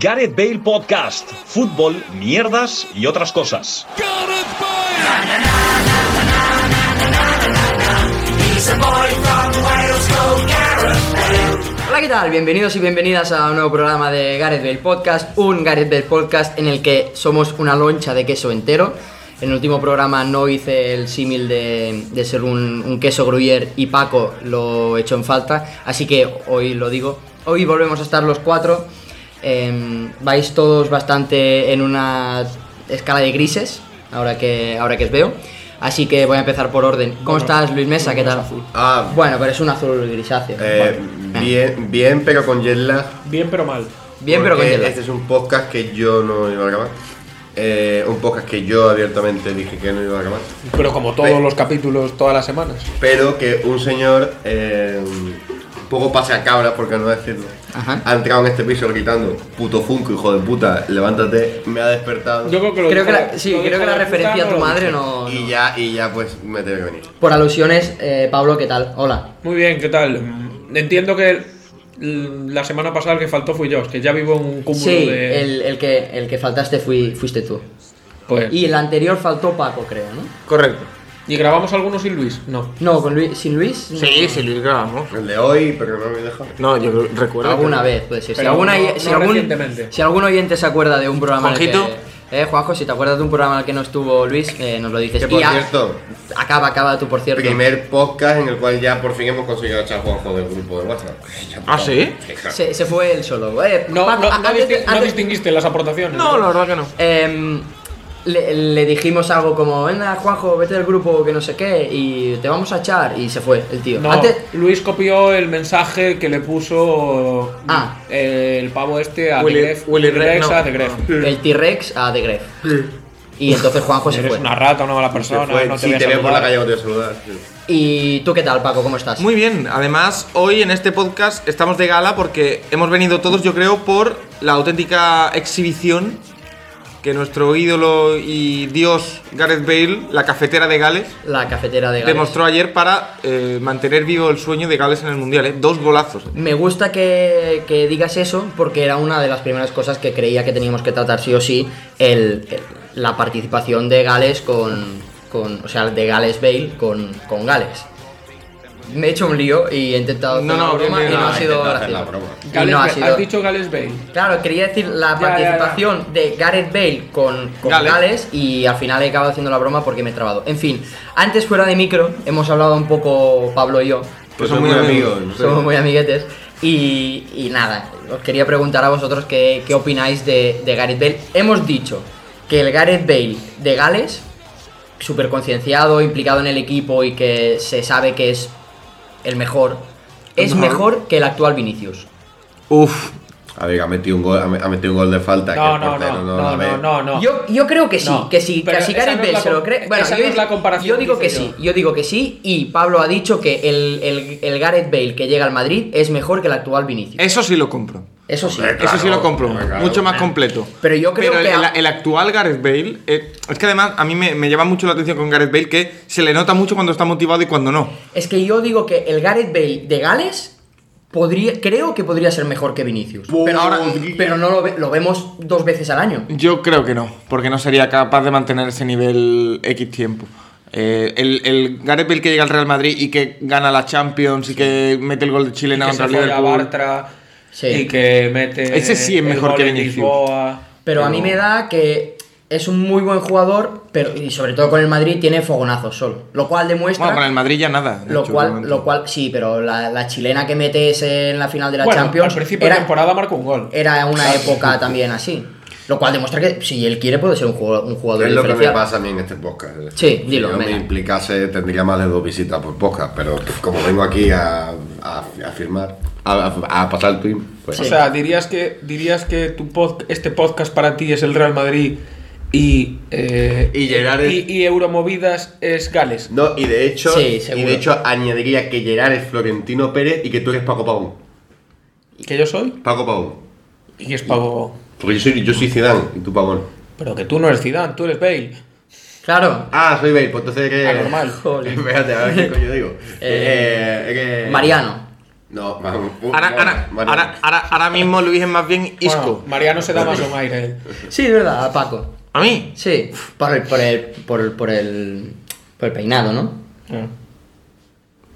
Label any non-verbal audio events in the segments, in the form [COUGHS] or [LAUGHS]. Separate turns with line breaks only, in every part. Gareth Bale Podcast, fútbol, mierdas y otras cosas.
Hola, ¿qué tal? Bienvenidos y bienvenidas a un nuevo programa de Gareth Bale Podcast, un Gareth Bale Podcast en el que somos una loncha de queso entero. En el último programa no hice el símil de, de ser un, un queso gruyer y Paco lo echó en falta, así que hoy lo digo. Hoy volvemos a estar los cuatro. Em, vais todos bastante en una escala de grises, ahora que, ahora que os veo. Así que voy a empezar por orden. ¿Cómo estás, Luis Mesa? ¿Qué tal?
Ah,
Bueno, pero es un azul grisáceo.
eh,
Bueno, eh.
bien, bien, pero con jet lag,
Bien pero mal.
Bien, pero con
porque
jet lag.
Este es un podcast que yo no iba a grabar. Eh, un podcast que yo abiertamente dije que no iba a grabar.
Pero como todos los capítulos, todas las semanas.
Pero que un señor, eh, un poco pase a cabra, porque no decirlo,
Ajá.
ha entrado en este piso gritando: puto Funko, hijo de puta, levántate, me ha despertado.
Yo creo que lo
Creo
dijo-
que la, sí,
lo
creo
dijo
que la
puta,
referencia a
no lo
tu madre
dijo.
no,
Y
no.
ya, y ya, pues me tengo que venir.
Por alusiones, eh, Pablo, ¿qué tal? Hola.
Muy bien, ¿qué tal? Mm, Entiendo que mm, la semana pasada el que faltó fui yo, es que ya vivo un cúmulo
Sí,
de.
el, el que, el que faltaste fui, fuiste tú.
Pues-
Y el anterior faltó Paco, creo, ¿no?
Correcto.
¿Y grabamos alguno sin Luis? No.
No, con Luis, sin Luis.
Sí,
no.
sí, Luis grabamos.
El de hoy, pero no me deja.
No, yo recuerdo.
Alguna
que-
vez, puede ser. Si,
Pero
alguna,
no-
si,
no
algún,
recientemente.
si algún oyente se acuerda de un programa en el
Juanjito.
que- eh, Juanjo, si te acuerdas de un programa en el que no estuvo Luis, eh, nos lo dices.
Que por
Y a-
cierto,
acaba, acaba tú, por cierto.
primer podcast en el cual ya por fin hemos conseguido echar a Juanjo del grupo de WhatsApp.
¿Ah, sí?
Fija.
Se, se fue él solo. Eh,
No,
Paco,
no,
a-
no
antes de-
disti- no
antes-
distinguiste las aportaciones.
No, la verdad que no.
Em, le, le dijimos algo como, venga Juanjo, vete del grupo que no sé qué y te vamos a echar y se fue el tío.
No,
Antes,
Luis copió el mensaje que le puso
Ah.
eh, el pavo este a
Willy-
The Gref.
Willy
Rex,
Rex, no.
a The Gref.
el T-Rex a The Gref. Y entonces Juanjo se
Eres
fue.
una rata, una mala
Se
persona.
fue.
no te
si
voy a
te veo por
saludar.
la calle, no te voy a saludar.
¿Y tú qué tal, Paco? ¿Cómo estás?
Muy bien, además hoy en este podcast estamos de gala porque hemos venido todos, yo creo, por la auténtica exhibición que nuestro ídolo y dios Gareth Bale, la cafetera de Gales,
La cafetera de Gales.
demostró ayer para eh, mantener vivo el sueño de Gales en el Mundial. ¿eh? Dos golazos.
Me gusta que, que digas eso porque era una de las primeras cosas que creía que teníamos que tratar sí o sí, el, el- la participación de Gales con, con- O sea, de Gales Bale con, con Gales. Me he hecho un lío y he intentado hacer
No, no,
una
bien,
broma
bien,
y no,
no,
ha
he
sido
intentado hacer
gracioso.
la broma.
Y
Gales
no ha
Bale,
sido-
Has dicho Gales Bale.
Claro, quería decir la
Ya, ya, ya.
participación de Gareth Bale con, con Gales.
Gales.
y al final he acabado haciendo la broma porque me he trabado. En fin, antes fuera de micro hemos hablado un poco Pablo y yo
Pues
Pues
son
son
muy
muy
amigos. no sé.
somos muy amiguetes. Y, y nada, os quería preguntar a vosotros qué, qué opináis de, de Gareth Bale. Hemos dicho que el Gareth Bale de Gales, súper concienciado, implicado en el equipo y que se sabe que es el mejor, es
Ajá.
mejor que el actual Vinicius.
Uf,
A ver, ha metido un gol, ha me- ha metido un gol de falta. que
No,
el
no,
portero
no,
la
no,
ve.
no, no, no.
Yo, yo creo que sí,
No,
que sí, que
pero
si
esa
Gareth
no es
Bale
la
se lo
com-
cree. Bueno,
esa
yo,
no es la comparación
yo digo
que
que
hice
sí,
yo.
yo digo que sí, y Pablo ha dicho que el, el, el Gareth Bale que llega al Madrid es mejor que el actual Vinicius.
eso sí lo compro.
Eso sí.
Hombre,
Eso sí
Claro,
lo compro,
claro.
mucho más completo.
Pero yo creo
Pero
que
el,
a-
el actual Gareth Bale, eh, es que además a mí me, me llama mucho la atención con Gareth Bale que se le nota mucho cuando está motivado y cuando no.
Es que yo digo que el Gareth Bale de Gales podría, creo que podría ser mejor que Vinicius. Pero, ahora,
Podría.
pero no lo, ve- lo vemos dos veces al año.
Yo creo que no, porque no sería capaz de mantener ese nivel X tiempo. Eh, el, el Gareth Bale que llega al Real Madrid y que gana la Champions y que mete el gol de Chile
Y que
contra
se
el
folla a
Liverpool.
Bartra
Sí.
y que mete
Ese sí es
el
mejor
gol
que
en
Vinicius.
Lisboa.
Pero a mí me da que es un muy buen jugador, pero y sobre todo con el Madrid tiene fogonazos solo. Lo cual demuestra.
Bueno, con el Madrid ya nada. de
lo
hecho, de
cual,
momento.
lo cual, sí, pero la, la chilena que metes en la final de la
bueno,
Champions
al principio de temporada marcó un gol.
era una época también así. Lo cual demuestra que si él quiere puede ser un jugador, un jugador
Es lo que me
diferencial.
pasa a mí en este podcast.
Sí, dilo,
Si yo me
venga.
implicase, tendría más de dos visitas por podcast. Pero como vengo aquí a, a, a firmar, a, a- a pasar el twin, pues.
O sea, dirías que dirías que tu pod- este podcast para ti es el Real Madrid y eh,
Y Gerard es-
y, y Euromovidas es Gales.
No, y de hecho,
Sí,
y
seguro.
de hecho añadiría que Gerard es Florentino Pérez y que tú eres Paco Pavón.
Que yo soy
Paco Pavón.
y es Pavo.
Porque yo soy, yo soy Zidane y tú Pavón.
Pero que tú no eres Zidane, tú eres Bale.
Claro,
Ah, soy [LAUGHS] Bale, pues entonces eres.
Anormal.
Jolín. [LAUGHS]
Espérate, a ver qué coño digo.
Eh,
Eh, eres-
Mariano.
No, man, uh,
Ahora,
no,
ahora-
man,
ahora- ahora- ahora mismo Luis es más bien Isco.
Bueno, Mariano se da más un aire. eh.
Sí, es verdad, a Paco.
¿A mí?
Sí, por el, por el, por el, por el, por el peinado, ¿no?
Ah.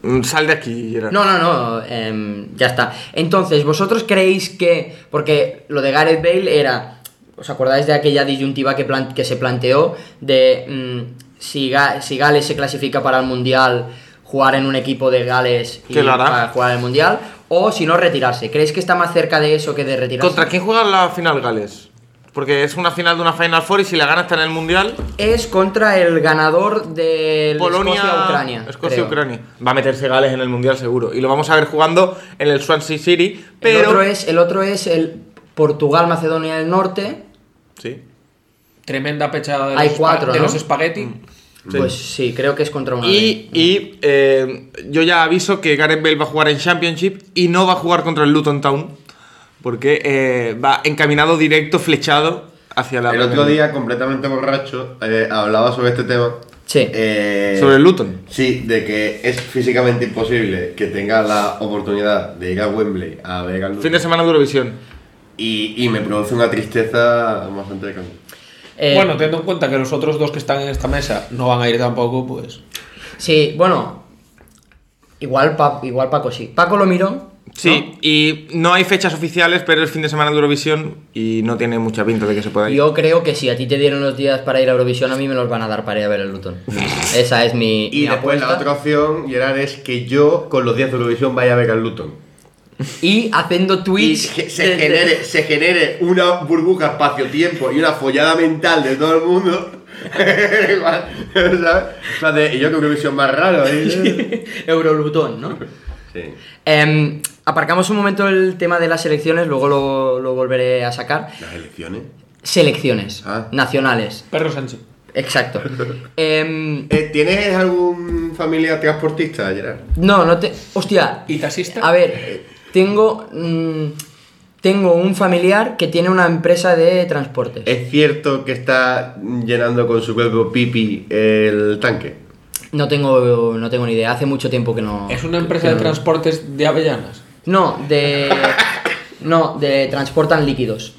Mm, Sal de aquí, Gerard.
No, no, no, em, ya está. Entonces, ¿vosotros creéis que.? Porque lo de Gareth Bale era. ¿Os acordáis de aquella disyuntiva que, plan- que se planteó de mm, si, Ga- si Gales se clasifica para el mundial, jugar en un equipo de Gales y
Que lo hará.
para jugar el mundial? O si no, retirarse. ¿Creéis que está más cerca de eso que de retirarse?
¿Contra quién juega la final Gales? Porque es una final de una Final Four y si la gana está en el Mundial.
Es contra el ganador de
Polonia,
Escocia-Ucrania. creo.
Escocia-Ucrania. Va a meterse Gales en el Mundial seguro. Y lo vamos a ver jugando en el Swansea City. Pero.
El otro es el, otro es el Portugal-Macedonia del Norte.
Sí.
Tremenda pechada de,
Hay
los, espa-
cuatro,
de
¿no?
los espagueti.
Sí.
Pues sí, creo que es contra una. de-
Y, y, eh, yo ya aviso que Gareth Bale va a jugar en Championship y no va a jugar contra el Luton Town. Porque eh, va encaminado directo, flechado hacia la.
El otro día, completamente borracho, eh, hablaba sobre este tema.
Sí.
Eh,
Sobre el Luton.
Sí, de que es físicamente imposible que tenga la oportunidad de ir a Wembley a ver al
Fin de semana de Eurovisión.
Y, y me produce una tristeza bastante de cambio.
Eh,
Bueno, teniendo en cuenta que los otros dos que están en esta mesa no van a ir tampoco, pues.
Sí, bueno. Igual, Pa- igual Paco sí. Paco lo miró.
Sí, y no hay fechas oficiales, pero es fin de semana de Eurovisión y no tiene mucha pinta de que se pueda ir.
Yo creo que si a ti te dieron los días para ir a Eurovisión, a mí me los van a dar para ir a ver el
[LAUGHS]
Luton. Esa es mi,
Y
mi
después
apuesta.
la otra opción, Gerard, es que yo con los días de Eurovisión vaya a ver al Luton.
Y haciendo
Y
tweets.
que
de-
se
de- [LAUGHS]
genere, se genere una burbuja espacio-tiempo y una follada mental de todo el mundo. [LAUGHS] ¿Sabes? O sea, de, y yo que Eurovisión más raro.
[LAUGHS]
¿eh?
Eurolutón, ¿no?
Sí.
Em, aparcamos un momento el tema de las elecciones, luego lo, lo volveré a sacar.
Las elecciones.
Selecciones
Ah.
nacionales.
Perro Sánchez.
Exacto. Em,
Eh, ¿Tienes algún familia transportista, Gerard?
no, no te. Hostia,
¿Y taxista?
A ver, tengo. mm, tengo un familiar que tiene una empresa de transportes.
¿Es cierto que está llenando con su propio pipi el tanque?
No tengo. No tengo ni idea. Hace mucho tiempo que no.
Es una empresa de transportes de avellanas.
No, de. No, de transportan líquidos.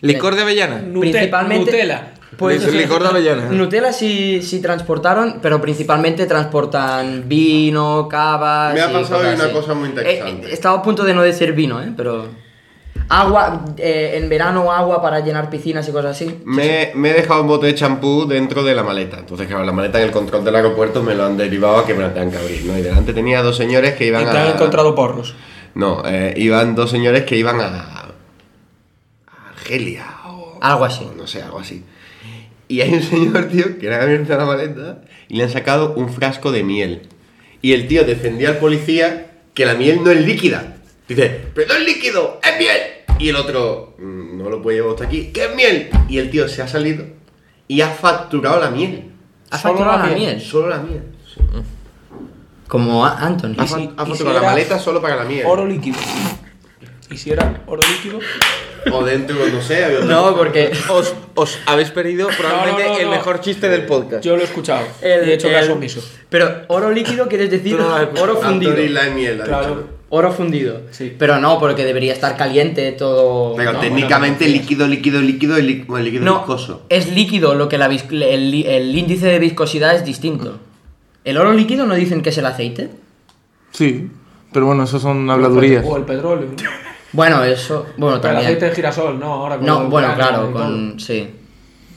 Licor de avellana.
Nute- Nutella.
Pues,
Dice licor de avellana.
Nutella sí, sí transportaron, pero principalmente transportan vino, cava.
Me ha
y
pasado
cosas
una
así.
cosa muy interesante.
Eh, eh, estaba a punto de no decir vino, ¿eh? Pero. Agua, eh, en verano agua para llenar piscinas y cosas así.
Me, me he dejado un bote de champú dentro de la maleta. Entonces, claro, la maleta en el control del aeropuerto me lo han derivado a que me la tengan que abrir, ¿no? Y delante tenía dos señores que iban
Y te
a.
han encontrado porros.
No, eh, iban dos señores que iban a. a Argelia o
Algo así.
no sé, algo así. Y hay un señor, tío, que le han abierto la maleta y le han sacado un frasco de miel. Y el tío defendía al policía que la miel no es líquida. Dice, pero no es líquido, es miel. Y el otro, "Mm, no lo puede llevar hasta aquí, que es miel. Y el tío se ha salido y ha facturado la miel.
¿Ha
Solo
facturado
la
la
miel.
miel?
Solo la miel.
Como a- Anthony.
Ha, fa-
si-
ha
Ah, y si
facturado la
era
maleta solo para la miel.
Oro líquido. ¿Y si era oro líquido?
O dentro, no
[LAUGHS]
sé, había otra
No,
cosa.
porque
Os, os habéis perdido probablemente
No, no, no,
el
no.
mejor chiste del podcast.
Yo lo he escuchado.
el
y he hecho
el-
caso omiso.
Pero oro líquido quieres decir
Tú no lo has escuchado.
oro fundido.
Factura y la miel. ha dicho.
Claro.
Oro fundido.
Sí.
Pero no, porque debería estar caliente todo.
Pero
no,
técnicamente
bueno,
líquido, líquido, líquido, el líquido, el líquido
no,
viscoso.
es líquido lo que la vis- el, li- el índice de viscosidad es distinto.
Mm.
¿El oro líquido no dicen que es el aceite?
Sí, pero bueno, eso son
O el petróleo. ¿no?
Bueno, eso. Bueno,
Pero el aceite
también.
de girasol, no, ahora con
No,
el
bueno,
uranio
claro,
y todo.
con. Sí.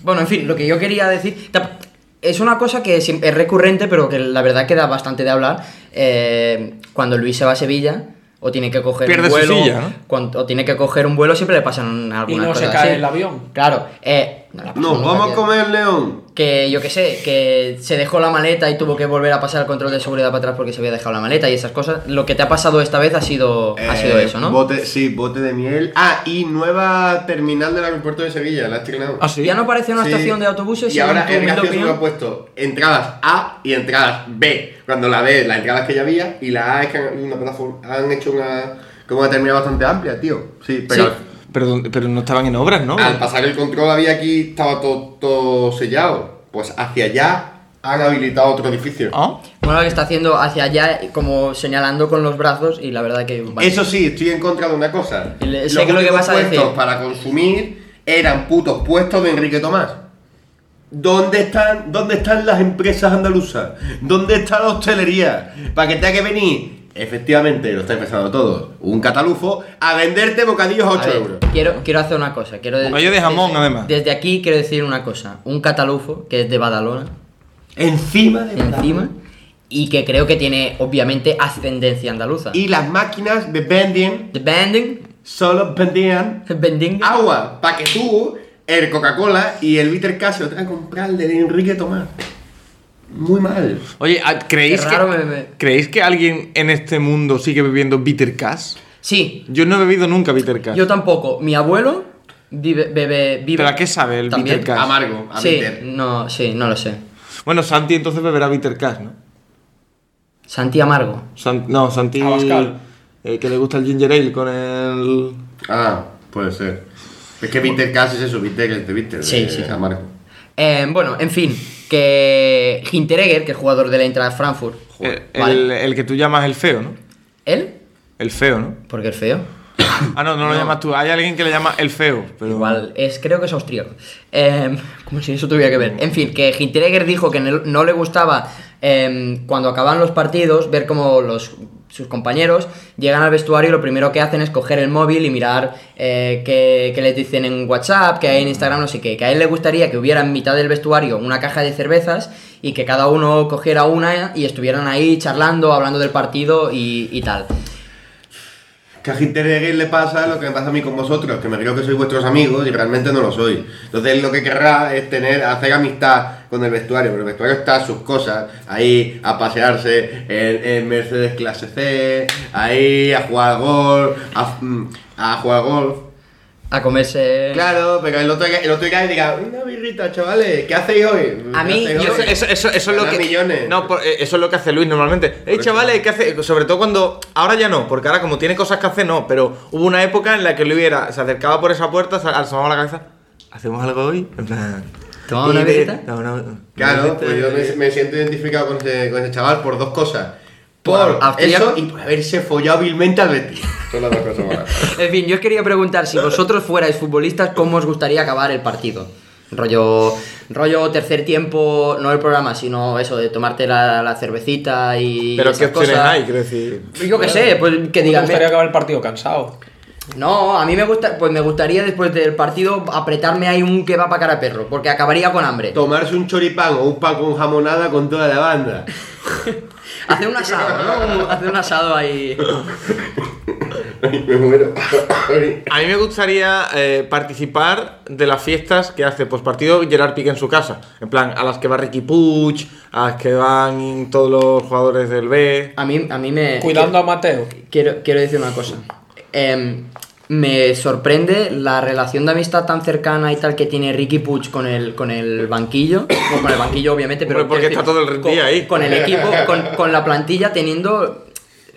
Bueno, en fin, lo que yo quería decir. tap- Es una cosa que siem- es recurrente, pero que la verdad que da bastante de hablar. eh, cuando Luis se va a Sevilla, o tiene que coger
Pierde
un
su
vuelo.
silla, ¿no?
cuando- o tiene que coger un vuelo, siempre le pasan
Y
algunas
no se
cosas
cae
así.
el avión.
Claro, eh, no le ha pasado
Nos
nunca,
vamos a
tío.
comer, León.
Que yo que sé, que se dejó la maleta y tuvo que volver a pasar el control de seguridad para atrás porque se había dejado la maleta y esas cosas. Lo que te ha pasado esta vez ha sido, ha sido
Eh,
eso, ¿no?
Bote, sí, bote de miel. Ah, y nueva terminal del aeropuerto de Sevilla, la has estrenado.
Ah, sí.
Ya no parece una
Sí.
estación de autobuses.
Y
en
ahora el
tu humilde
gracioso que ha
opinión.
puesto entradas A y entradas B. Cuando la B, las entradas que ya había, y la A es que han, una plataforma, han hecho una, como una terminal bastante amplia, tío. Sí, pero
Sí.
Pero, pero no estaban en obras, ¿no?
al, al pasar el control había aquí, estaba todo, todo sellado. Pues hacia allá han habilitado otro edificio.
¿Ah?
Bueno, lo que está haciendo hacia allá, como señalando con los brazos y la verdad que... vale.
Eso sí, estoy en contra de una cosa.
Y le- sé que lo que
únicos
vas a
puestos
decir.
para consumir eran putos puestos de Enrique Tomás. ¿Dónde están, ¿Dónde están las empresas andaluzas? ¿Dónde está la hostelería? Para que tenga que venir, efectivamente, lo está empezando todo, un catalufo, a venderte bocadillos a
A
8
ver,
euros.
Quiero, quiero hacer una cosa. Quiero de-
Bocadillo de jamón,
desde-
además.
Desde aquí quiero decir una cosa. Un catalufo, que es de Badalona,
Encima de
encima, y que creo que tiene, obviamente, ascendencia andaluza.
Y las máquinas de vending
The Bending, [LAUGHS]
solo vendían
Bending,
agua para que tú, el Coca-Cola y el Bitter K se lo tengan que comprar el de Enrique Tomás. Muy mal.
Oye, ¿a- ¿creéis
Qué
que,
raro me- me-
¿creéis que alguien en este mundo sigue bebiendo bitter cash?
Sí,
Yo no he bebido nunca bitter cash.
yo tampoco. Mi abuelo vive, bebe, vive.
¿Pero a qué sabe el
también.
bitter cash?
Amargo, a
Sí,
bitter.
no, sí, no lo sé.
Bueno, Santi entonces beberá bitter cash, ¿no?
Santi Amargo.
San- no, Santi.
Abascal.
eh, que le gusta el ginger ale con el.
Ah, puede ser. Es que Bitter casi es eso, Bitter es de Bitter.
Sí,
de
sí.
Amargo.
Eh, bueno, en fin, que Hinteregger, que es jugador de la Eintracht Frankfurt.
El,
Vale.
Eh, el- el que tú llamas el feo, ¿no?
¿Él?
El feo, ¿no?
Porque es feo.
Ah, no, no, lo llamas tú. Hay alguien que le llama el feo, pero.
Igual, es, creo que es austríaco. Eh, como si eso tuviera que ver. En fin, que Hinteregger dijo que no no le gustaba eh, cuando acaban los partidos ver cómo los, sus compañeros llegan al vestuario y lo primero que hacen es coger el móvil y mirar eh, qué, qué les dicen en WhatsApp, que hay en Instagram, no sé qué. Que a él le gustaría que hubiera en mitad del vestuario una caja de cervezas y que cada uno cogiera una y estuvieran ahí charlando, hablando del partido y, y tal.
Que a Hinter Egger le pasa lo que me pasa a mí con vosotros, que me creo que sois vuestros amigos y realmente no lo soy. Entonces él lo que querrá es tener, hacer amistad con el vestuario, pero el vestuario está a sus cosas, ahí a pasearse en, en Mercedes clase C, ahí a jugar al golf, a, mm, a jugar al golf.
A comerse...
Claro, pero el otro, el otro día diga, una birrita, chavales, ¿qué hacéis hoy?
A
¿Qué
mí,
hacéis
Y
yo
hoy?".
Eso, eso- eso- eso es lo
Ganar
que.
millones.
No, por- eh, eso es lo que hace Luis normalmente. Ey,
eso.
chavales, ¿qué hace? Sobre todo cuando. Ahora ya no, porque ahora como tiene cosas que hacer, no. Pero hubo una época en la que Luis era, se acercaba por esa puerta, se asomaba la cabeza. ¿Hacemos algo hoy? En plan.
¿Tomamos una
y de-
birrita?
tomamos una- una
Claro,
birrita
pues yo
de-
me, me siento identificado con ese, con ese chaval por dos cosas.
Por
Por
austríaco.
eso y por haberse follado vilmente al Betis. Son las dos cosas malas.
En fin, yo os quería preguntar si vosotros fuerais futbolistas, ¿cómo os gustaría acabar el partido? Rollo, rollo tercer tiempo, no el programa, sino eso de tomarte la, la cervecita y.
Pero
esas
qué opciones
cosas.
hay, quiero decir.
Yo qué sé, pues que
¿Cómo te
digan.
gustaría acabar el partido cansado.
No, a mí me gusta, pues me gustaría después del partido apretarme ahí un que va para cara perro, porque acabaría con hambre.
[LAUGHS] Tomarse un choripán o un pan con jamonada con toda la banda.
Hacer un asado, ¿no? Hacer un asado ahí.
me muero.
A mí me gustaría eh, participar de las fiestas que hace pues, partido Gerard Piqué en su casa. En plan, a las que va Ricky Puig, a las que van todos los jugadores del B.
A mí, a mí me.
Cuidando a Mateo.
Quiero, quiero decir una cosa. Em, me sorprende la relación de amistad tan cercana y tal que tiene Ricky Puch con el, con el banquillo. [COUGHS] Bueno, con el banquillo, obviamente, pero.
Hombre, porque
quiero
está todo el
con-
día ahí.
Con el equipo, con, con la plantilla teniendo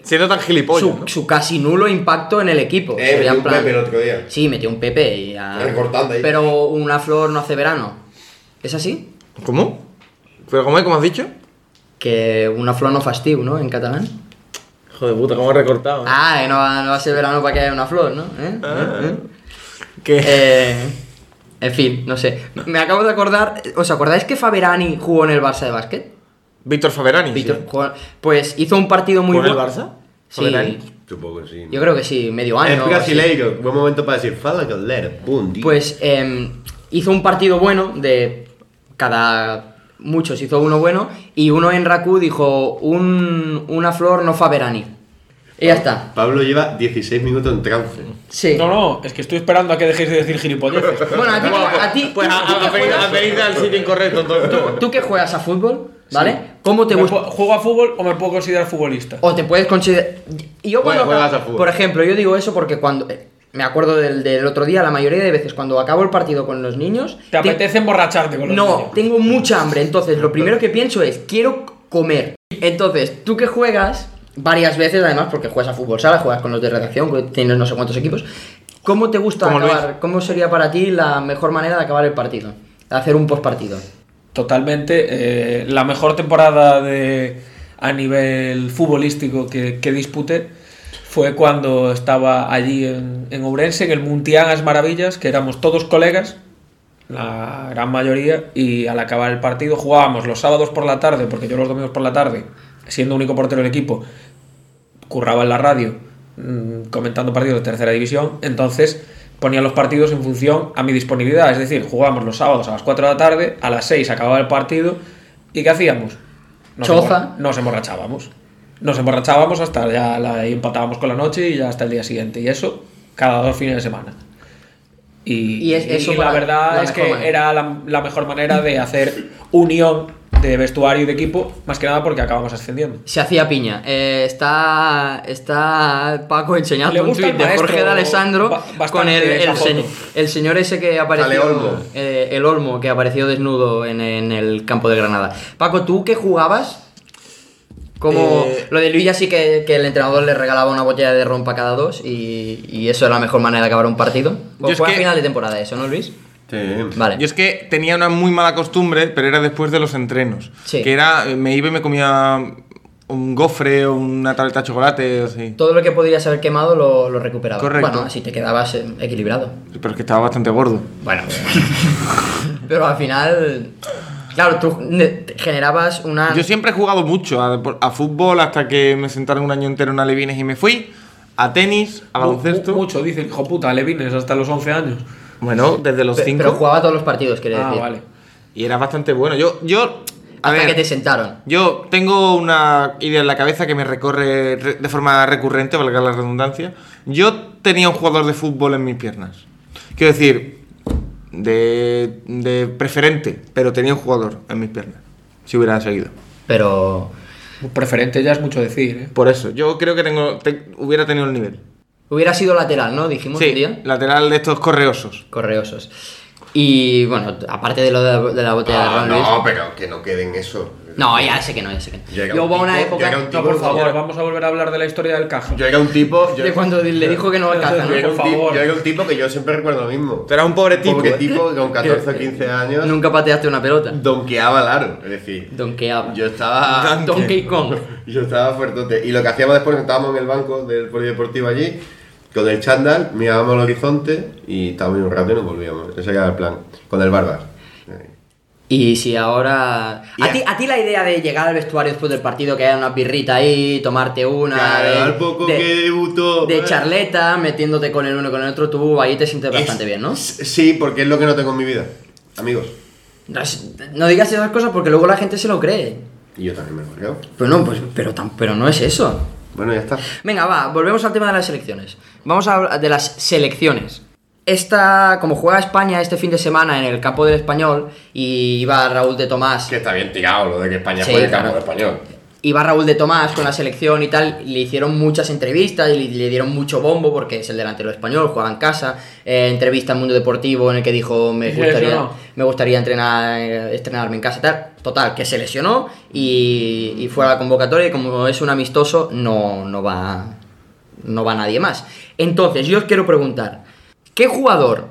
Siendo tan gilipollas.
su,
¿no?
su casi nulo impacto en el equipo.
Eh,
Sería
metió
en
un
plan-
Pepe el otro día.
Sí, metió un Pepe y ya-
Recortando ahí.
Pero una flor no hace verano. ¿Es así?
¿Cómo? ¿Pero cómo, es? ¿Cómo has dicho?
Que una flor no fastidio, ¿no? En catalán.
Joder puta, cómo has recortado. ¿eh?
Ah, que no va, no va a ser verano para que haya una flor, ¿no? ¿Eh?
Ah.
¿Eh? ¿Eh?
Que-
Eh, en fin, no sé. Me acabo de acordar. ¿Os acordáis que Faberani jugó en el Barça de básquet?
Víctor Faverani.
Víctor,
sí.
jugó- pues hizo un partido muy
¿Jugó en el
bueno.
Barça?
Sí.
Faberani.
Supongo que sí.
Yo creo que sí, medio año.
Es
o así.
brasileiro. Buen momento para decir, fala con leer. Buen día.
Pues eh, hizo un partido bueno de cada. Muchos hizo uno bueno y uno en Raku dijo: un, Una flor no Faberani. Y ya está.
Pablo lleva 16 minutos en trance.
Mm. Sí.
No, no, es que estoy esperando a que dejéis de decir gilipolleces.
Bueno, a ti, a ti
Pues
tú-
a-
tú
a-
que
a- venid-
juegas-
a- venid al sitio incorrecto, entonces.
tú que juegas a fútbol, ¿vale? ¿Cómo te
¿Me
gusta?
pu- ¿Juego a fútbol o me puedo considerar futbolista?
O te puedes considerar. Yo cuando.
Juegas
acabo-
al fútbol.
Por ejemplo, yo digo eso porque cuando. eh, Me acuerdo del, del otro día, la mayoría de veces cuando acabo el partido con los niños.
¿Te
te-
apetece emborracharte con los
No,
niños?
tengo mucha hambre. Entonces, lo primero que pienso es, quiero comer. Entonces, tú que juegas varias veces, además, porque juegas a fútbol sala, juegas con los de redacción, que tienes no sé cuántos equipos. ¿Cómo te gusta
Como
acabar? ¿Cómo sería para ti la mejor manera de acabar el partido? De hacer un postpartido.
totalmente. eh, la mejor temporada de, a nivel futbolístico que, que disputé fue cuando estaba allí en, en Ourense, en el Muntianas Maravillas, que éramos todos colegas, la gran mayoría, y al acabar el partido jugábamos los sábados por la tarde, porque yo los domingos por la tarde, siendo único portero del equipo, curraba en la radio mm, comentando partidos de tercera división, entonces ponía los partidos en función a mi disponibilidad, es decir, jugábamos los sábados a las 4 de la tarde, a las 6 acababa el partido, ¿y qué hacíamos? Nos,
Choza.
emborra- nos emborrachábamos. Nos emborrachábamos hasta ya la, y empatábamos con la noche y ya hasta el día siguiente. Y eso cada dos fines de semana. Y,
Y es-
y
eso
la
para-
verdad
la
es que
mejor manera.
era la, la mejor manera de hacer unión de vestuario y de equipo, más que nada porque acabamos ascendiendo.
Se hacía piña. Eh, está, está Paco enseñando
Le
un
gusta
tuit
el
de
maestro
Jorge de Alessandro
ba- bastante
con el,
esa
el,
foto.
se- el señor ese que
Ale
apareció.
Olmo.
eh, el Olmo, que apareció desnudo en, en el campo de Granada. Paco, ¿tú qué jugabas? Como
Eh,
lo de Luis sí que, que el entrenador le regalaba una botella de rompa cada dos y, y eso era la mejor manera de acabar un partido.
Yo es
Pues fue a
que-
final de temporada eso, ¿no, Luis?
Sí.
Vale.
Yo es que tenía una muy mala costumbre, pero era después de los entrenos.
Sí.
Que era, eh, me iba y me comía un gofre o una tableta de chocolate o así.
Todo lo que podrías haber quemado lo, lo recuperabas.
Correcto.
Bueno, así te quedabas eh, equilibrado.
Pero es que estaba bastante gordo.
Bueno, pero al final, claro, tú ne- te generabas una...
Yo siempre he jugado mucho a, depor- a fútbol hasta que me sentaron un año entero en Alevines y me fui. A tenis, a
Mu- mu-
baloncesto.
Mucho, dice el hijo puta, Levines hasta los 11 años.
Bueno, desde los
pe- Pero
5.
jugaba todos los partidos, quería
Ah,
decir.
vale.
Y era bastante bueno. Yo, yo, a
Hasta
ver,
que te sentaron.
yo tengo una idea en la cabeza que me recorre re- de forma recurrente, valga la redundancia. Yo tenía un jugador de fútbol en mis piernas. Quiero decir, de, de preferente, pero tenía un jugador en mis piernas. Si hubiera seguido.
Pero
Preferente ya es mucho decir, ¿eh?
Por eso, yo creo que tengo, te- hubiera tenido el nivel.
hubiera sido lateral, ¿no? Dijimos un
Sí,
día.
lateral de estos correosos.
Correosos. Y bueno, aparte de lo de la, de la botella de
Ah,
Ron Luis...
no, pero que no queden eso.
No, ya sé que no, ya sé que no.
Llega
Yo
un
hubo una
tipo-
época...
llega un
No,
tipo-
por
Por favor.
favor, vamos a volver a hablar de la historia del caja.
Yo era un tipo. Yo,
De cuando le dijo
[LAUGHS]
que no al caza,
yo
¿no?
era un
Por
ti-
favor.
yo era un tipo que yo siempre recuerdo lo mismo.
Tú eras un pobre tipo,
Pobre
¿eh?
tipo que con 14 o 15 años
Nunca pateaste una pelota.
donkeaba el aro. Es decir,
Donkeaba.
yo
[LAUGHS]
estaba.
Don-
Donkey Kong.
Yo estaba fuertote. Y lo que hacíamos después, nos estábamos en el banco del polideportivo allí, con el chándal, mirábamos al horizonte y estábamos un rato y nos volvíamos. Ese era el plan. Con el bárbaro.
Y si ahora...
Ya.
¿A ti, a ti la idea de llegar al vestuario después del partido, que haya una birrita ahí, tomarte una... de-
al poco
de-
que debutó.
De
eh.
charleta, metiéndote con el uno y con el otro, tú ahí te sientes
Es-
bastante bien, ¿no?
Sí, porque es lo que no tengo en mi vida. Amigos.
No, es- no digas esas cosas porque luego la gente se lo cree.
Y yo también me lo creo.
Pero no, pues, pero, tan, pero no es eso.
Bueno, ya está.
Venga, va, volvemos al tema de las selecciones. Vamos a hablar de las selecciones. Esta, como juega España este fin de semana en el campo del español, y iba Raúl de Tomás.
Que está bien tirado lo de que España
Sí,
juegue el
claro.
campo español.
Iba Raúl de Tomás con la selección y tal, y le hicieron muchas entrevistas y le, le dieron mucho bombo porque es el delantero español, juega en casa, eh, entrevista al mundo deportivo en el que dijo me
Se
gustaría,
lesionó.
me gustaría entrenar, eh, estrenarme en casa, tal. Total, que se lesionó y, y fue a la convocatoria y como es un amistoso no, no, va, no va nadie más. Entonces, yo os quiero preguntar, ¿qué jugador,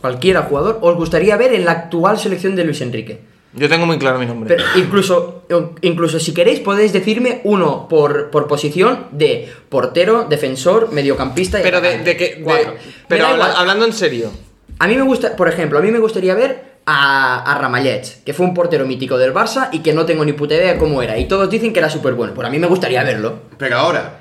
cualquiera jugador, os gustaría ver en la actual selección de Luis Enrique?
Yo tengo muy claro mi nombre.
Pero incluso, incluso si queréis podéis decirme uno por, por posición de portero, defensor, mediocampista y
Pero de,
atacante.
de que. de-
Cuatro. Me
pero
da
habla-
igual.
hablando en serio.
A mí me gusta, por ejemplo, a mí me gustaría ver a, a Ramallets, que fue un portero mítico del Barça y que no tengo ni puta idea de cómo era. Y todos dicen que era súper bueno. Pues a mí me gustaría verlo.
Pero ahora.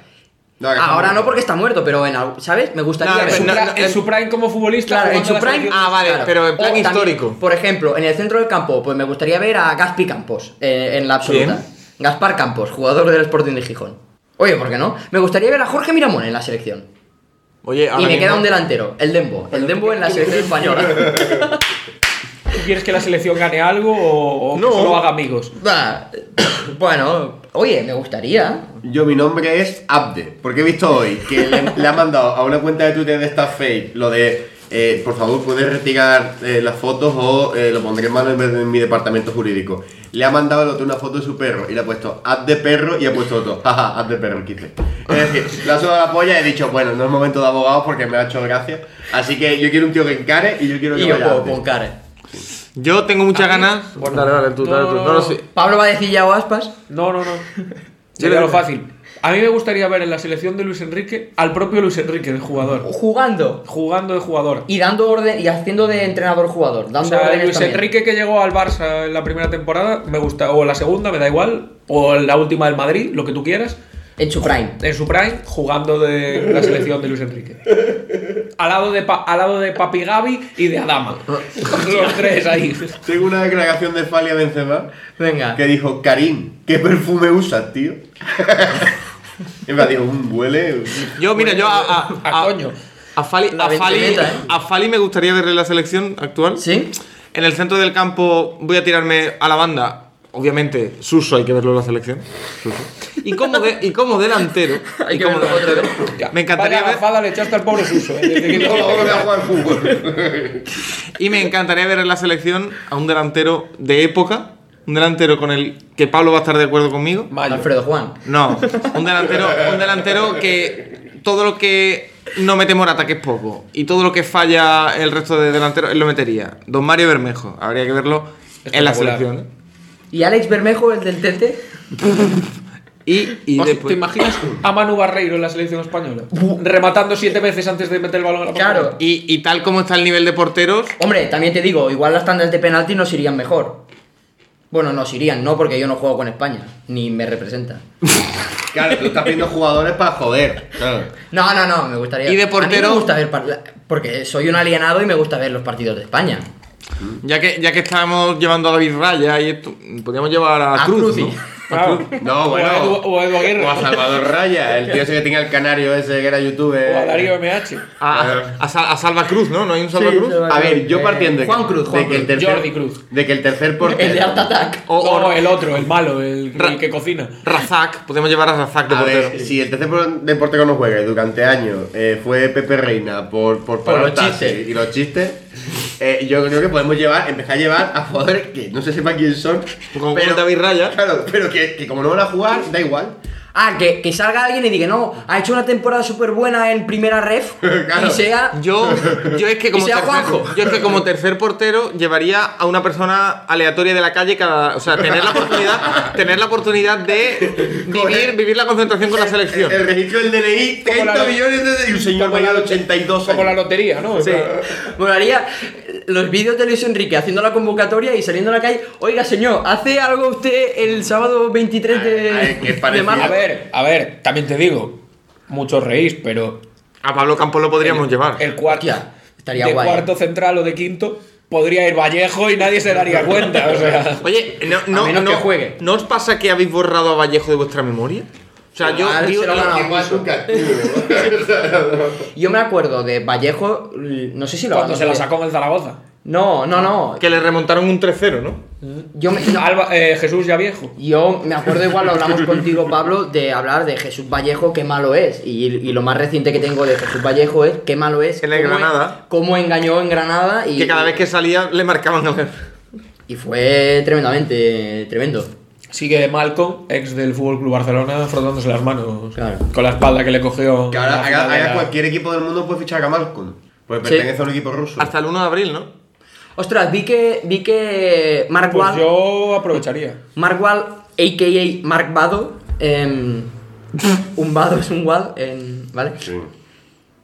No, que
Ahora
estamos-
no porque está muerto, pero en al- ¿sabes? Me gustaría
No,
verlo.
pero
En
no-
su pra- en su prime como futbolista.
Claro, en
jugando
su
la
prime.
selección.
Ah, vale,
claro.
pero en plan
también,
histórico.
por ejemplo, en el centro del campo, pues me gustaría ver a Gaspi Campos eh, en la absoluta.
¿Quién?
Gaspar Campos, jugador del Sporting de Gijón. Oye, ¿por qué no? Me gustaría ver a Jorge Miramón en la selección.
Oye, ahora
y me
mismo-
queda un delantero, el Dembo. El Dembo en la selección española.
¿Tú quieres que la selección gane algo o, o
No.
que solo haga amigos?
Bah, bueno, oye, me gustaría.
Yo, mi nombre es Abde, porque he visto hoy que le, le ha mandado a una cuenta de Twitter de esta fake lo de, eh, por favor, puedes retirar eh, las fotos o eh, lo pondré en mano en, vez de en mi departamento jurídico. Le ha mandado al otro una foto de su perro y le ha puesto Abde perro y ha puesto otro, jaja, Abde perro, el 15. Es decir, le ha sudado la polla y he dicho, bueno, no es momento de abogados porque me ha hecho gracia. Así que yo quiero un tío que encare y yo quiero que
Y yo
vaya
puedo
Abde.
con cara.
Yo tengo muchas
Ah,
ganas.
Bueno,
dale, dale, tú,
no,
dale, tú.
no,
No lo
no.
sé.
Pablo va a decir ya o aspas.
No, no, no. Sería lo fácil. A mí me gustaría ver en la selección de Luis Enrique al propio Luis Enrique de jugador.
Jugando.
Jugando de jugador.
Y dando orden y haciendo de entrenador jugador.
O
Dando
sea,
órdenes
Luis
también.
Enrique que llegó al Barça en la primera temporada, me gusta, o en la segunda, me da igual, o en la última del Madrid, lo que tú quieras,
En su prime.
en su prime, jugando de la selección de Luis Enrique. Al lado de, Pa- al lado de Papi Gavi y de
[LAUGHS]
Adama. Los tres ahí.
Tengo una declaración de Falia Benzema
Venga.
que dijo, Karim, ¿qué perfume usas, [LAUGHS] tío? y me dijo, un huele... un-".
Yo, mira, yo a. A,
A coño.
a Fali,
La
a, Fali,
ventaneta, ¿eh?
a Fali me gustaría verle la selección actual.
¿Sí?
En el centro del campo voy a tirarme a la banda. Obviamente, Suso hay que verlo en la selección. Suso. Y como, de- y como delantero.
[LAUGHS] Hay
y
que
como
verlo otra
delantero, Me encantaría
Vaya
ver.
gafada le echaste al pobre Suso. eh, desde
[LAUGHS]
que
No,
llegó.
no voy a jugar al fútbol.
Y me encantaría ver en la selección a un delantero de época. Un delantero con el que Pablo va a estar de acuerdo conmigo.
Mayo.
Alfredo Juan.
No, un delantero, un delantero que todo lo que no mete Morata, que es poco, y todo lo que falla el resto de delanteros, él lo metería. Don Mario Bermejo, habría que verlo en la
Espectacular.
selección. ¿eh?
¿Y Alex Bermejo, el del Tete?
Y, y
O sea,
después-
¿Te imaginas a Manu Barreiro en la selección española? Rematando siete veces antes de meter el balón a la
Claro.
portería.
y- y tal como está el nivel de porteros,
Hombre, también te digo, igual las tandas de penalti nos irían mejor. Bueno, nos irían, no, porque yo no juego con España, ni me representa.
Claro, tú estás viendo jugadores para joder. Claro.
No, no, no, me gustaría.
¿Y de
A mí
portero?
me gusta ver par- porque soy un alienado y me gusta ver los partidos de España.
ya que, ya que estamos llevando a David Raya, y esto, podríamos llevar a,
A
Cruz.
Cruci.
¿no?
Claro.
No,
O a Edu,
bueno.
o a Edu Aguirre.
O a Salvador Raya, el tío ese que tenía el canario ese que era youtuber.
O a Darío MH.
A, a Sal- a Salva Cruz, ¿no? ¿No hay un Salva
Sí,
Cruz?
Salva-
A ver, yo
Eh,
partiendo de,
Juan Cruz,
de
Juan
que el
Cruz,
tercer,
Jordi Cruz.
De que el tercer portero.
El de Art Attack.
O, o
no, el otro, el malo, el, el que cocina.
Razak, podemos llevar a Razak de
A
portero.
ver, si el tercer por- de portero no juega y durante años eh, fue Pepe Reina por, por, parar
los
el taxi
chistes.
y los chistes, eh, yo creo que podemos llevar, empezar a llevar a jugadores que no se sepa quién son.
Como David Raya.
Claro, pero que, que como no van a jugar, da igual.
Ah, que, que salga alguien y diga, no, ha hecho una temporada súper buena en primera [LAUGHS] ref
Claro.
y sea.
Yo, yo, es que como
Y sea Juanjo.
tercer, yo es que como tercer portero llevaría a una persona aleatoria de la calle cada. O sea, tener la oportunidad, tener la oportunidad de vivir, vivir la concentración con la selección.
El registro del DNI,
Como
30
la-
millones de... Y un señor
como la-
mayor de 82
Como la
años.
lotería, ¿no? Sí.
Molaría eh, los vídeos de Luis Enrique haciendo la convocatoria y saliendo a la calle. Oiga, señor, ¿hace algo usted el sábado 23 de,
Ah, eh,
Ay, que
de
parecía-
A
marzo?
ver, a ver, también te digo, muchos reís, pero
A Pablo Campos lo podríamos llevar.
el cuarto,
Hostia, estaría
de
guay.
cuarto central o de quinto, podría ir Vallejo y nadie se daría cuenta. O
[LAUGHS]
sea,
Oye, no, no,
menos
no,
que juegue.
¿no os pasa que habéis borrado a Vallejo de vuestra memoria? O sea, yo
Igual
digo-
se lo van a-
Que más un castigo.
Yo me acuerdo de Vallejo, l- no sé si lo
cuando se la
hablamos.
sacó en el Zaragoza.
No, no, no.
que le remontaron un 3-0, ¿no?
Yo me, no,
Alba- eh, Jesús ya viejo.
yo me acuerdo igual, lo
[LAUGHS]
hablamos contigo, Pablo, de hablar de Jesús Vallejo, qué malo es. Y, y lo más reciente que tengo de Jesús Vallejo es qué malo es.
En el
cómo-
Granada.
Cómo engañó en Granada y.
Que cada vez que salía le marcaban a ver.
Y fue tremendamente tremendo.
Sigue Malcolm, ex del Fútbol Club Barcelona, frotándose las manos
Claro.
con la espalda que le cogió.
Que
en
ahora,
la
haga-
final de
haga
la-
cualquier equipo del mundo puede fichar a Gamalcon. Pues
Sí.
pertenece a un equipo ruso.
Hasta el 1 de abril, ¿no?
Ostras, vi que, vi que Mark
Pues
Wall,
yo aprovecharía.
Mark Wall, a.k.a. Mark Vado, em, [LAUGHS] un Vado es un Wall, em, ¿vale?
Sí.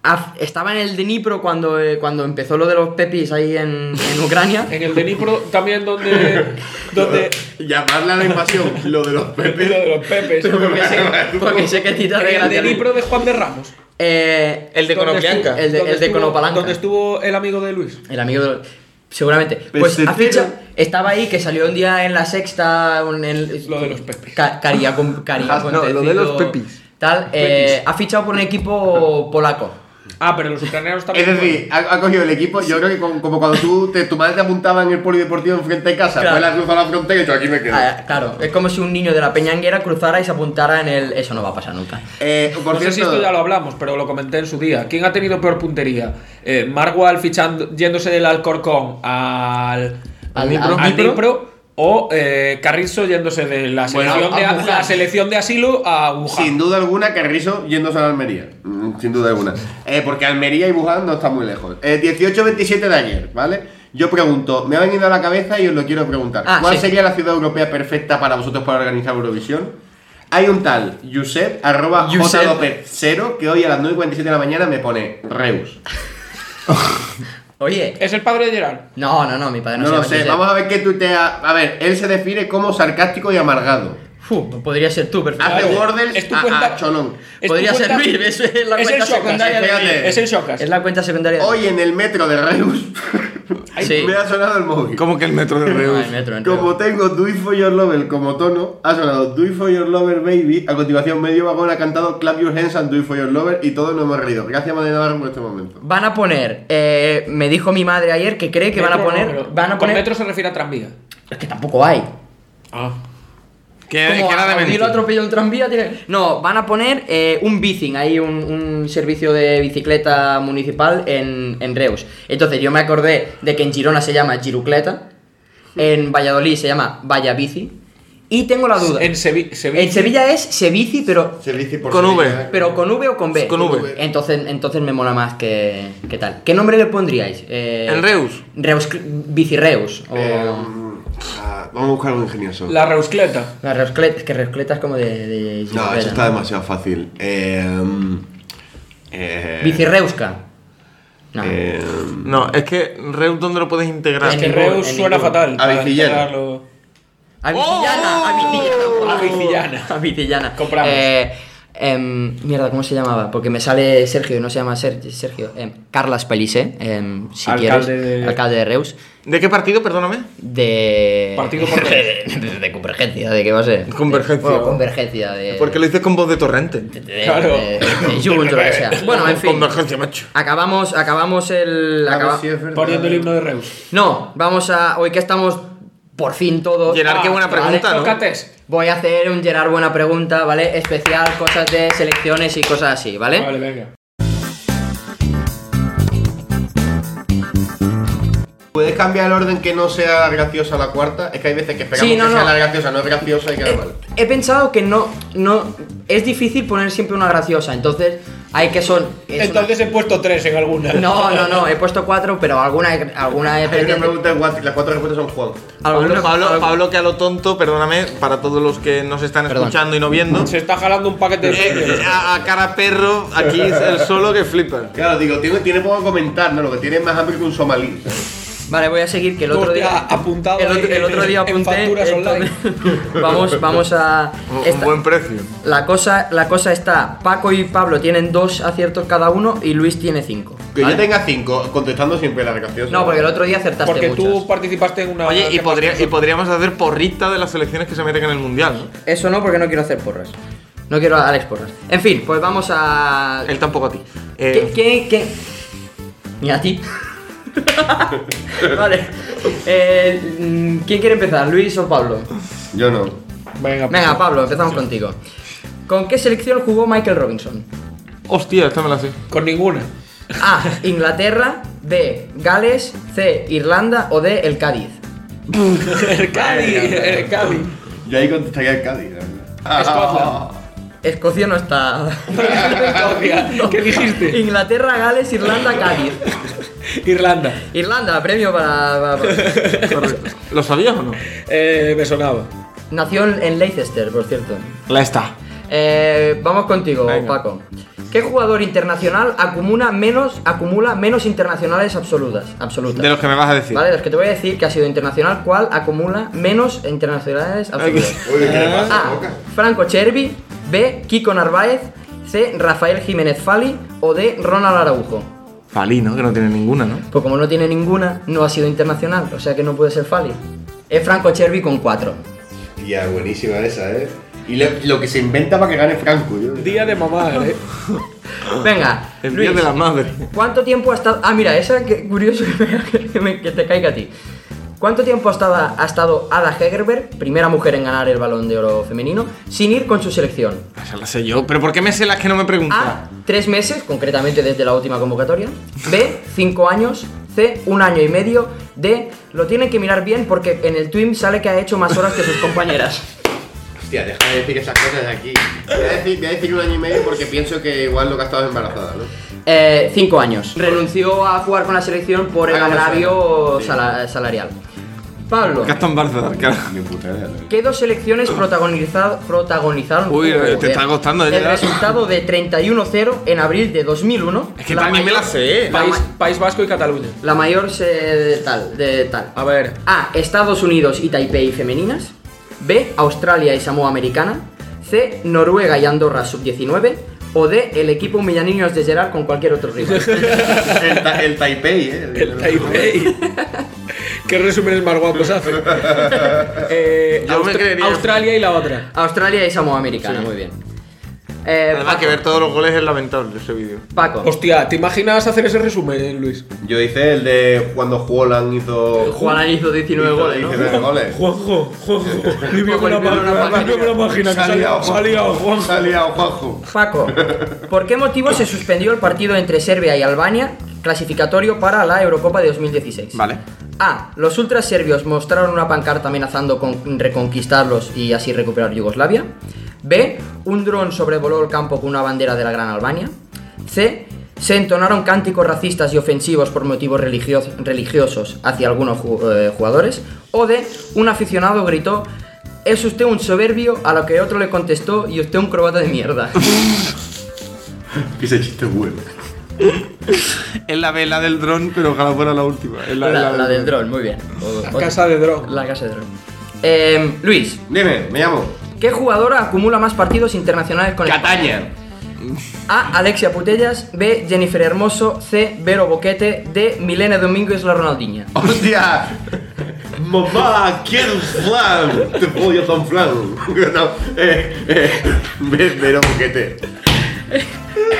Af- estaba en el Dnipro cuando, eh, cuando empezó lo de los pepis ahí en, en
[LAUGHS]
Ucrania.
En el de Dnipro también
[LAUGHS]
donde, donde
Llamarle a la invasión lo de los
lo de
Pepe.
los Pepes.
porque, sé,
[LAUGHS]
porque sé que Tita
En
Regra
el de
tiene-
Dnipro de Juan de Ramos.
Eh,
El de
¿dónde
Konoplyanka.
estuvo? El de,
donde
el de
estuvo-
Konopalanka.
Donde estuvo el amigo de Luis.
El amigo de los- Seguramente. Pues
Pesetero.
a ficha estaba ahí, que salió un día en la sexta. un- en-
Lo de los pepis.
Ca- Caría con caría
No, lo de los pepis.
Tal, eh, ha fichado por un equipo polaco.
Ah, pero los ucranianos
Es
también.
decir, ha, ha cogido el equipo. Yo creo que con- como cuando tú, te, tu madre te apuntaba en el polideportivo enfrente de casa,
Claro.
fue la cruz a la frontera y yo aquí me quedo.
Ah, claro, es como si un niño de la Peñanguera cruzara y se apuntara en el. Eso no va a pasar nunca.
Eh, por
No sé
cierto,
si esto ya lo hablamos, pero lo comenté en su día. ¿Quién ha tenido peor puntería? Eh, Marwal fichando, yéndose del Alcorcón al,
Al Dnipro.
al Dnipro, o eh, Carrizo yéndose de la
Bueno,
selección,
a
de,
Wuhan.
la selección de asilo a Wuhan.
sin duda alguna, Carrizo yéndose a la Almería. Mm, Sin duda alguna. Eh, porque Almería y Wuhan no están muy lejos. Eh, 18-27 de ayer, ¿vale? Yo pregunto, me ha venido a la cabeza y os lo quiero preguntar.
Ah,
¿Cuál
sí.
sería la ciudad europea perfecta para vosotros para organizar Eurovisión? Hay un tal, Josep, arroba
Josep.
jlopez0, que hoy a las 9.47 de la mañana me pone Reus.
Oye,
¿Es el padre de Gerard?
no, no, no, mi padre no,
No
se
lo
llama
sé,
Josep.
vamos a ver qué tuitea. A ver, él se define como sarcástico y amargado.
Fu, podría ser tú,
Hace
perfecto.
Claro, es
Wordles
tu
a- a,
cuenta.
Cholón.
Es
Podría
tu cuenta-
servir, eso [LAUGHS] es la
Es el
cuenta
Shocas,
secundaria de-
fíjate.
Es el Shocas.
Es la cuenta secundaria de-
Hoy en el metro de
[LAUGHS]
Reus
Sí.
[LAUGHS] me ha sonado el móvil.
Como que el metro de
Ah,
Reus.
el metro, en Reus.
Como tengo Do It For Your Lover como tono, ha sonado Do It For Your Lover Baby, a continuación medio vagón ha cantado Clap Your Hands and Do It For Your Lover y todos nos hemos reído. Gracias Madre Navarro por este momento.
Van a poner, eh, me dijo mi madre ayer que cree que van a
Metro no,
poner,
pero
van a
Con
poner,
metro se refiere a tranvía.
es que tampoco hay.
Ah.
Que,
Como
Eh, que era de
a- a mí
mentir.
lo atropelló un tranvía, tiene- No, van a poner eh, un bicing, ahí un, un servicio de bicicleta municipal en, en Reus. Entonces yo me acordé de que en Girona se llama Girucleta, en Valladolid se llama Valla Bici, y tengo la duda.
En Sevilla.
En Sevilla es Sebici, pero,
Servicio por
Con
Sevilla.
V.
pero con V o con B.
Con V.
Entonces, entonces me mola más que, que tal. ¿Qué nombre le pondríais? Eh,
¿En Reus?
Reus Cl- Bicireus. O...
Eh, ah, vamos a buscar un ingenioso.
La Reuscleta.
La Reuscleta, es que Reuscleta es como de... de
No, eso
Girucleta,
está
¿no?
demasiado fácil. Eh, eh,
Bicirreusca. No.
eh,
No, es que Reus, ¿dónde lo puedes integrar?
Es que
ningún-
Reus
en
suena
ningún.
fatal.
A
para
Vicillena.
integrarlo.
Avicillana,
¡Oh!
Avicillana.
Avicillana.
Avicillana.
Compramos.
Eh, em, mierda, ¿cómo se llamaba? Porque me sale Sergio y no se llama Ser- Sergio. Em, Carlas Pellicer, em, si
Alcalde
quieres,
de-
alcalde de Reus.
¿De qué partido, perdóname?
De. [LAUGHS]
Partido por-
de, de, de convergencia, de qué va a ser.
Convergencia.
Bueno, convergencia, de.
Porque lo dices con voz de torrente.
de- de-
Claro.
de- de Junts o lo
[LAUGHS]
que sea. Bueno, en fin.
Convergencia, macho.
Acabamos, acabamos el.
a ver
acaba-
si es verdad.
Poniendo el himno de Reus.
No, vamos a. Hoy que estamos por fin todos.
Gerard, qué Ah,
Ah,
buena
vale,
pregunta, ¿no?
Tocates.
Voy a hacer un Gerard Buena Pregunta, ¿vale? Especial, cosas de selecciones y cosas así, ¿vale?
Vale, venga.
¿Puedes cambiar el orden que no sea graciosa la cuarta? Es que hay veces que esperamos
Sí, no,
que sea
no.
la graciosa, no es graciosa y queda mal.
Eh, He, he pensado que no, no. Es difícil poner siempre una graciosa, entonces hay que son. es
Entonces he puesto tres en alguna.
una- No, no, no, he puesto cuatro, pero alguna, he- alguna he
Hay una
pendiente.
pregunta en WhatsApp, las cuatro respuestas son Juan.
alguna-
Pablo, Pablo,
algu-
Pablo, que a lo tonto, perdóname, para todos los que nos están
Perdón.
escuchando y no viendo.
Se está jalando un paquete de
Eh, eh,
Sergio.
a, a cara perro, aquí es el solo que flipa.
Claro, digo, tiene, tiene poco que comentar, ¿no? Lo que tiene es más hambre que un somalí.
Vale, voy a seguir que el otro
Hostia,
día.
apuntado
el otro,
ahí
el otro día
en- en
apunté.
facturas
entonces- [LAUGHS] vamos, vamos a.
Un, un
esta-
buen precio.
La cosa, la cosa está, Paco y Pablo tienen dos aciertos cada uno y Luis tiene cinco.
Que
¿Vale?
yo tenga cinco, contestando siempre la graciosa.
No, porque el otro día acertaste
Porque
muchas.
tú participaste en una.
Oye, y,
que
podría-
pasó-
y podríamos hacer porrita de las selecciones que se meten en el mundial. ¿no?
Eso no, porque no quiero hacer porras. No quiero a Alex porras. En fin, pues vamos a...
Él tampoco a ti.
¿Qué,
Eh,
qué, qué? Ni a ti. vale. Eh, mm, ¿Quién quiere empezar, Luis o Pablo?
Yo no.
Venga, pues,
Venga, Pablo, empezamos contigo. ¿Con qué selección jugó Michael Robinson?
Hostia, esta me la sé.
Con
[LAUGHS]
ninguna.
A. Inglaterra. B. Gales. C. Irlanda. O D. El Cádiz.
El Cádiz. El Cádiz.
Yo ahí contestaría el Cádiz. la verdad. Ah.
Escocia.
Escocia [LAUGHS] no está...
Escocia. ¿Qué dijiste?
Inglaterra, Gales, Irlanda, Cádiz.
Irlanda.
Irlanda, premio para. para- para-
Correcto. ¿Lo sabías o no?
Eh, me sonaba.
Nació en en Leicester, por cierto.
La está.
Eh, vamos contigo,
Venga.
Paco. ¿Qué jugador internacional acumula menos, acumula menos internacionales absolutas? absolutas?
De los que me vas a decir.
Vale, de los que te voy a decir que ha sido internacional, ¿cuál acumula menos internacionales absolutas?
Uy, ¿qué le pasa,
A.
Boca?
Franco Chervi. B. Kiko Narváez. C. Rafael Jiménez Fali. O D. Ronald Araujo.
Falí, ¿no? Que no tiene ninguna, ¿no?
Pues como no tiene ninguna, no ha sido internacional, o sea que no puede ser Fali. Es Franco Chervi con 4.
Tía, buenísima esa, ¿eh? Y le- lo que se inventa para que gane Franco, yo.
Día de mamá, eh.
Venga,
El
Luis,
día de la madre.
¿cuánto tiempo ha estado...? Ah, mira, esa que curioso que, me- que me- que te caiga a ti. ¿Cuánto tiempo ha estado, ha estado Ada Hegerberg, primera mujer en ganar el Balón de Oro femenino, sin ir con su selección?
Esa la Ah, sé yo. ¿Pero por qué me sé las que no me preguntas?
A, 3 meses, concretamente desde la última convocatoria. B, 5 años. C, un año y medio. [LAUGHS] D, lo tienen que mirar bien porque en el Twim sale que ha hecho más horas que sus compañeras.
Hostia, deja de decir esas cosas aquí. Voy a decir, voy a decir un año y medio porque pienso que igual lo que ha estado es embarazada, ¿no?
Eh, cinco años. Renunció a jugar con la selección por el
Hágame
agravio
suena. Sí.
sala- salarial. Pablo,
Gasto en Barça, claro.
Ni puta idea, ¿no?
¿qué dos selecciones protagoniza- protagonizaron?
Uy,
Joder.
te está costando, ¿eh?
El resultado de 31-0 en abril de 2001.
Es que también me la sé. eh.
la
País,
ma-
País Vasco y Cataluña.
La mayor se de tal, de tal.
A ver,
A. Estados Unidos y Taipei femeninas. B. Australia y Samoa americana. C. Noruega y Andorra sub-19. O D. El equipo Millaninos de Gerard con cualquier otro
[LAUGHS]
rival.
El, ta- el Taipei, ¿eh?
el Taipei. Qué resúmenes más guapos [LAUGHS] hace. Eh,
Yo me
Austra-
creería-
Australia y la otra.
Australia y Samoa americana, muy bien. Eh,
Además, que ver todos los goles es lamentable ese vídeo.
Paco.
Hostia, ¿te imaginas hacer ese resumen, eh, Luis?
Yo hice el de cuando Juan hizo.
Juan hizo 19
hizo
goles, ¿no?
19 goles.
Juanjo, Juanjo, [LAUGHS] dime
Juanjo,
una
dime una
página,
página.
dime una página, que
Se ha liado,
se ha liado, Juanjo.
Se ha liado, Juanjo.
Paco, ¿por qué motivo se suspendió el partido entre Serbia y Albania, clasificatorio para la Eurocopa de 2016?
Vale.
A. Los ultras serbios mostraron una pancarta amenazando con reconquistarlos y así recuperar Yugoslavia. B. Un dron sobrevoló el campo con una bandera de la Gran Albania. C. Se entonaron cánticos racistas y ofensivos por motivos religio- religiosos hacia algunos ju- eh, jugadores. O D. Un aficionado gritó, es usted un soberbio, a lo que otro le contestó, y usted un croata de mierda.
Que ese chiste es bueno.
Es la vela del dron, pero ojalá fuera la última. Es
La,
la, la
la del dron, muy bien. O-
La
otra-
casa de Drog.
la casa del dron. Em, Luis,
Dime, me llamo.
¿qué jugadora acumula más partidos internacionales con España? A. Alexia Putellas. B. Jennifer Hermoso. C. Vero Boquete. D. Milena Domingo es la Ronaldinha.
¡Hostia! Mamá, quiero un flan. Te puedo yo un flan. [LAUGHS] No, eh, eh. Ve, pero boquete.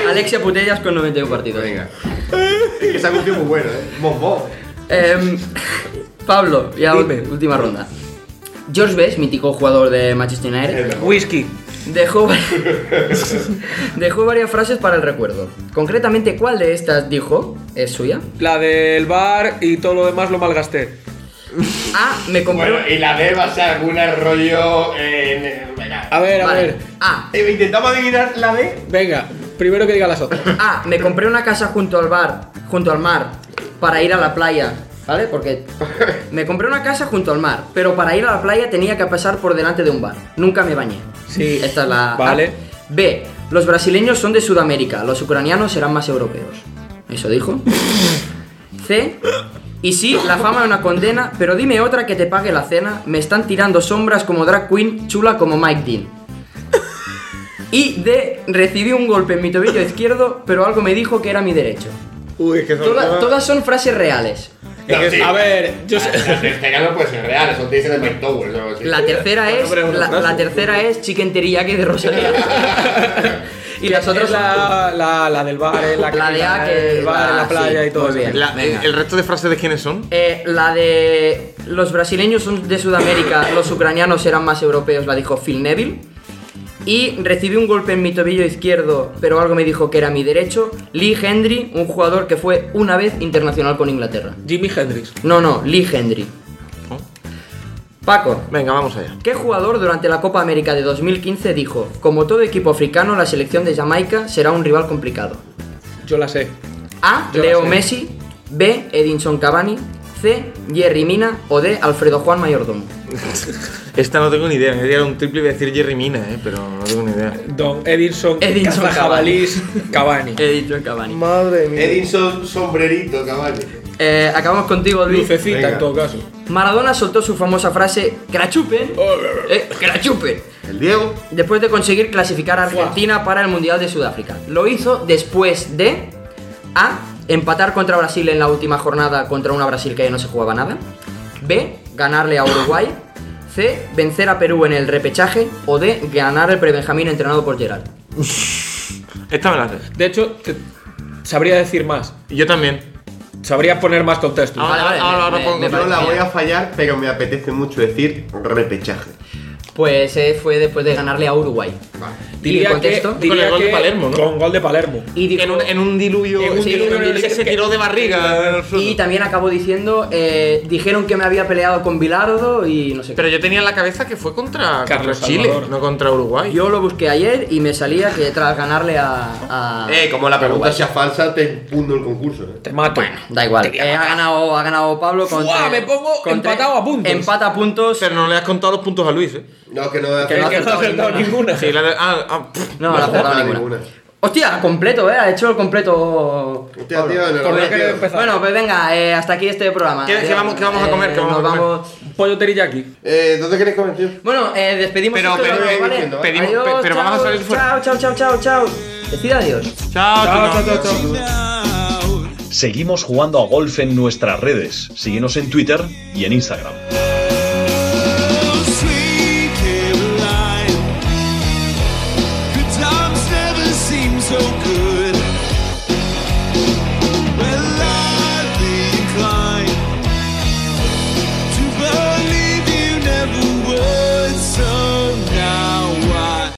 Alexia Putellas con 91 partidos.
Venga. Es que se ha cogido muy bueno, eh. Momó.
Em, Pablo, ya
Dime.
última ronda. George Best, mítico jugador de Manchester United,
Whisky.
dejó, va- [LAUGHS] dejó varias frases para el recuerdo. Concretamente, ¿cuál de estas dijo? ¿Es suya?
La del bar y todo lo demás lo malgasté.
A. Me compré.
Bueno, y la B va a ser alguna rollo. Eh, en- venga.
A ver, a
Vale.
ver.
A.
Eh, intentamos adivinar la B.
Venga, primero que diga las otras.
A. Me compré una casa junto al bar, junto al mar, para ir a la playa. ¿Vale?
[LAUGHS]
Porque me compré una casa junto al mar, pero para ir a la playa tenía que pasar por delante de un bar. Nunca me bañé.
Sí.
Esta es la. A.
Vale.
B. Los brasileños son de Sudamérica, los ucranianos serán más europeos. Eso dijo. C. Y sí, la fama es una condena, pero dime otra que te pague la cena. Me están tirando sombras como drag queen, chula como Mike Dean. Y D. Recibí un golpe en mi tobillo izquierdo, pero algo me dijo que era mi derecho.
Uy, es que son
Toda- todas son frases reales.
Es que- a ver, yo sé- [LAUGHS]
La tercera no puede ser real, son dice de Mike Towers. ¿no? Sí.
La tercera es.
pero es una
La,
frase.
la tercera es Chicken Teriyaki
[LAUGHS]
de Rosalía. y las otras
la, la, la del bar, eh, la,
La de A, que-
del bar, en
la-
la playa
sí,
y todo
muy
eso.
bien.
La- eh,
Venga.
¿El resto de frases de quiénes son?
Eh, la de los brasileños son de Sudamérica, los ucranianos eran más europeos, la dijo Phil Neville. Y recibí un golpe en mi tobillo izquierdo, pero algo me dijo que era mi derecho. Lee Hendry, un jugador que fue una vez internacional con Inglaterra.
Jimi Hendrix.
No, no, Lee Hendry. Paco,
Venga, vamos allá.
¿qué jugador durante la Copa América de 2015 dijo, como todo equipo africano, la selección de Jamaica será un rival complicado?
Yo la sé.
A.
Yo la
Leo
sé.
Messi. B. Edinson Cavani. C. Jerry Mina. O D. Alfredo Juan Mayordomo.
Esta no tengo ni idea. Me era un triple y voy a decir Jerry Mina, eh, pero no tengo ni idea.
Don Edinson,
Edinson
Cazajabalís, Cavani.
[LAUGHS] Edinson Cavani.
Madre
Edinson sombrerito, caballo.
Eh, acabamos contigo, Luis.
Lucecita
Venga.
en todo caso.
Maradona soltó su famosa frase: ¡Que la chupen! Eh, ¡Que la chupen!
El Diego.
Después de conseguir clasificar a Argentina para el Mundial de Sudáfrica. Lo hizo después de. A. Empatar contra Brasil en la última jornada contra una Brasil que ya no se jugaba nada. B. Ganarle a Uruguay. C. Vencer a Perú en el repechaje. O D. Ganar el prebenjamín entrenado por Gerard.
Esta me la sé.
De hecho, te- sabría decir más.
Y Yo también.
Sabría poner más
Ah,
contexto.
Ahora, ahora, ahora
me-
pongo
me
yo
No
parece
la voy
bien.
a fallar, pero me apetece mucho decir repechaje.
Pues eh, fue después de ganarle a Uruguay.
Vale.
¿Y el contexto?
Con el gol de Palermo, ¿no?
Con gol de Palermo.
Y dijo-
en, un, en un diluvio.
En un
sí,
diluvio,
en un-
es
se
que-
tiró de barriga. al suelo.
Y también acabó diciendo, eh, dijeron que me había peleado con Bilardo y no sé qué.
Pero yo tenía en la cabeza que fue contra,
Carlos
contra Chile,
Salvador.
no contra Uruguay.
Yo lo busqué ayer y me salía que tras ganarle a... a-
Eh, como la pregunta
Uruguay.
sea falsa, te impundo el concurso. eh.
Te mato.
Da igual. Eh, ha, ganado, ha ganado Pablo con...
Fua,
tres-
me pongo
con tres-
empatado a puntos.
Empata a puntos.
Pero no le has contado los puntos a Luis, ¿eh?
[LAUGHS] No, que no es
Que no
Es que no ha acertado [LAUGHS] ninguna.
Sí, la de- ah, ah, pff.
No, no ha
No,
acertado
nada,
ninguna.
ninguna.
Hostia, completo, eh. Ha hecho el completo.
Hostia, tío, en el
Por lo
radio.
que empezó.
Bueno, pues venga, eh, hasta aquí este programa.
¿Qué- qué vamos- qué vamos a
Eh,
comer? ¿Qué vamos
nos
a comer?
vamos-
Pollo teriyaki.
Eh, ¿Dónde queréis comentar?
Bueno, eh, despedimos
Pero-
esto,
pero-
¿vale?
pedimos-
pe-
Adiós,
pero vamos a
chao,
salir
Chao,
fuera.
chao, chao, chao, chao. Decid adiós.
Chao,
Chao,
chao,
chao, chao, chao.
Seguimos jugando a golf en nuestras redes. Síguenos en Twitter y en Instagram.
Now